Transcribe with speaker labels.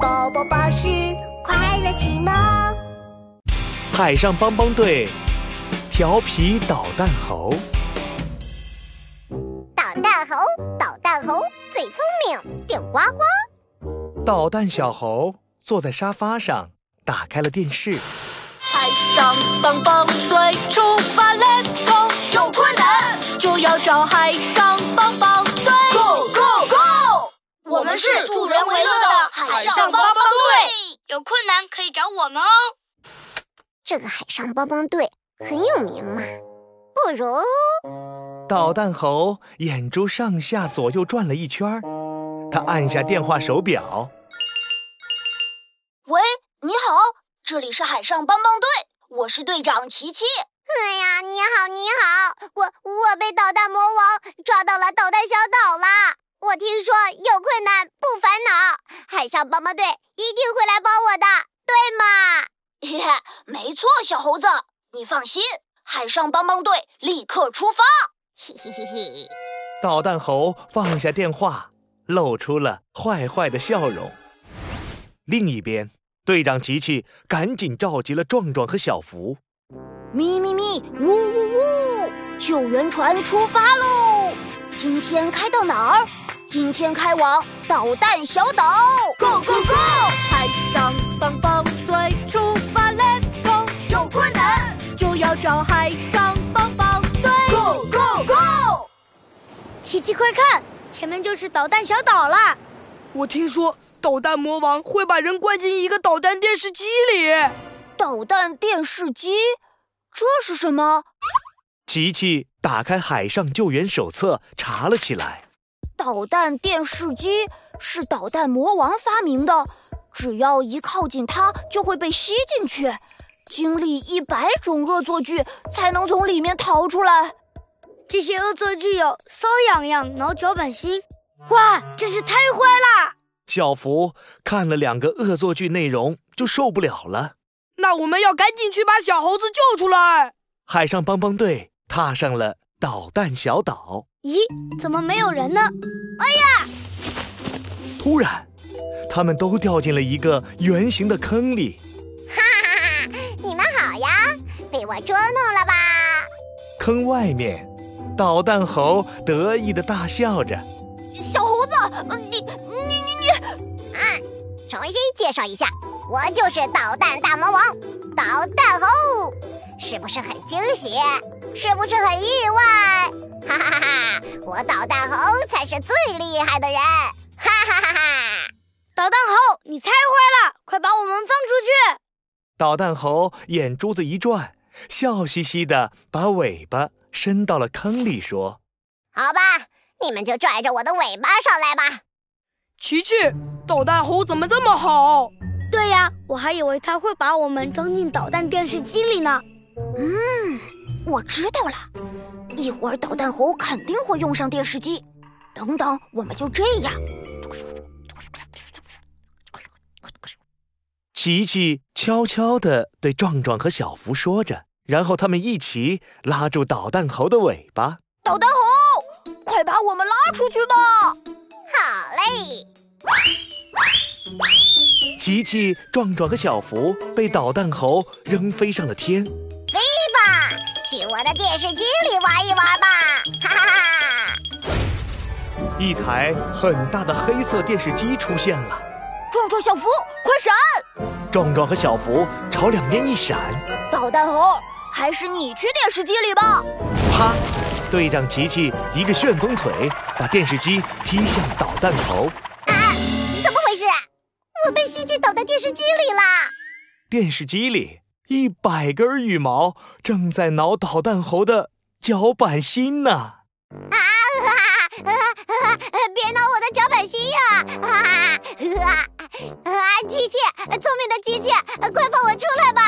Speaker 1: 宝宝巴士快乐启蒙。
Speaker 2: 海上帮帮队，调皮捣蛋猴。
Speaker 1: 捣蛋猴，捣蛋猴最聪明，顶呱呱。
Speaker 2: 捣蛋小猴坐在沙发上，打开了电视。
Speaker 3: 海上帮帮队出发，Let's go！有困难就要找海上帮帮队，Go Go Go！
Speaker 4: 我们是助人为乐的海上帮帮队，
Speaker 5: 有困难可以找我们哦。
Speaker 1: 这个海上帮帮队很有名嘛，不如
Speaker 2: 捣蛋猴眼珠上下左右转了一圈儿，他按下电话手表。
Speaker 4: 喂，你好，这里是海上帮帮队，我是队长琪琪。
Speaker 1: 哎呀，你好，你好，我我被捣蛋魔王抓到了捣蛋小岛啦！我听说有困难不烦恼，海上帮帮队一定会来帮我的，对吗？
Speaker 4: 嘿嘿， 没错，小猴子，你放心，海上帮帮队立刻出 发。
Speaker 1: 嘿嘿嘿嘿，
Speaker 2: 捣蛋猴放下电话，露出了坏坏的笑容。另一边，队长琪琪赶紧召集了壮壮和小福。
Speaker 4: 咪咪咪，呜呜呜！救援船出发喽！今天开到哪儿？今天开往导弹小岛。Go go go！
Speaker 3: 海上帮帮队出发，Let's go！
Speaker 4: 有困难
Speaker 3: 就要找海上帮帮队
Speaker 4: ，Go go go！
Speaker 5: 琪琪，快看，前面就是导弹小岛了。
Speaker 6: 我听说导弹魔王会把人关进一个导弹电视机里。
Speaker 4: 导弹电视机，这是什么？
Speaker 2: 琪琪打开《海上救援手册》查了起来。
Speaker 4: 导弹电视机是导弹魔王发明的，只要一靠近它，就会被吸进去，经历一百种恶作剧才能从里面逃出来。
Speaker 5: 这些恶作剧有搔痒痒、挠脚板心，哇，真是太坏啦！
Speaker 2: 小福看了两个恶作剧内容就受不了了。
Speaker 6: 那我们要赶紧去把小猴子救出来。
Speaker 2: 海上帮帮队踏上了导弹小岛。
Speaker 5: 咦，怎么没有人呢？
Speaker 2: 突然，他们都掉进了一个圆形的坑里。
Speaker 1: 你们好呀，被我捉弄了吧？
Speaker 2: 坑外面，捣蛋猴得意的大笑着。
Speaker 4: 小猴子，呃
Speaker 5: 嗯
Speaker 4: 你你你你，
Speaker 1: 嗯重新介绍一下，我就是捣蛋大魔王，捣蛋猴，是不是很惊喜？是不是很意外？哈哈哈哈！我捣蛋猴才是最厉害的人，哈哈哈哈！
Speaker 5: 捣蛋猴，你太坏了！快把我们放出去！
Speaker 2: 捣蛋猴眼珠子一转，笑嘻嘻的把尾巴伸到了坑里，说
Speaker 1: 好吧，你们就拽着我的尾巴上来吧。
Speaker 6: 琪琪，导弹猴怎么这么好？
Speaker 5: 对呀，我还以为他会把我们装进导弹电视机里呢。
Speaker 4: 嗯我知道了，一会儿导弹猴肯定会用上电视机。等等，我们就这样。：“
Speaker 2: 琪琪悄悄地对壮壮和小福说着。”然后他们一起拉住捣蛋猴的尾巴。
Speaker 4: 导弹猴，快把我们拉出去吧！
Speaker 1: 好嘞，
Speaker 2: 琪琪、壮壮和小福被捣蛋猴扔飞上了天。
Speaker 1: 爸，去我的电视机里玩一玩吧，哈哈哈！
Speaker 2: 一台很大的黑色电视机出现了，
Speaker 4: 壮壮、小福，快闪！
Speaker 2: 壮壮和小福朝两边一闪，
Speaker 4: 导弹猴，还是你去电视机里吧。
Speaker 2: 啪！队长琪琪一个旋风腿把电视机踢向导弹猴，
Speaker 1: 怎么回事？我被吸进导弹电视机里了！
Speaker 2: 电视机里一百根羽毛正在挠导弹猴的脚板心呢。
Speaker 1: 啊啊啊！别挠我的脚板心呀！啊啊啊！机器，聪明的机器，快放我出来吧！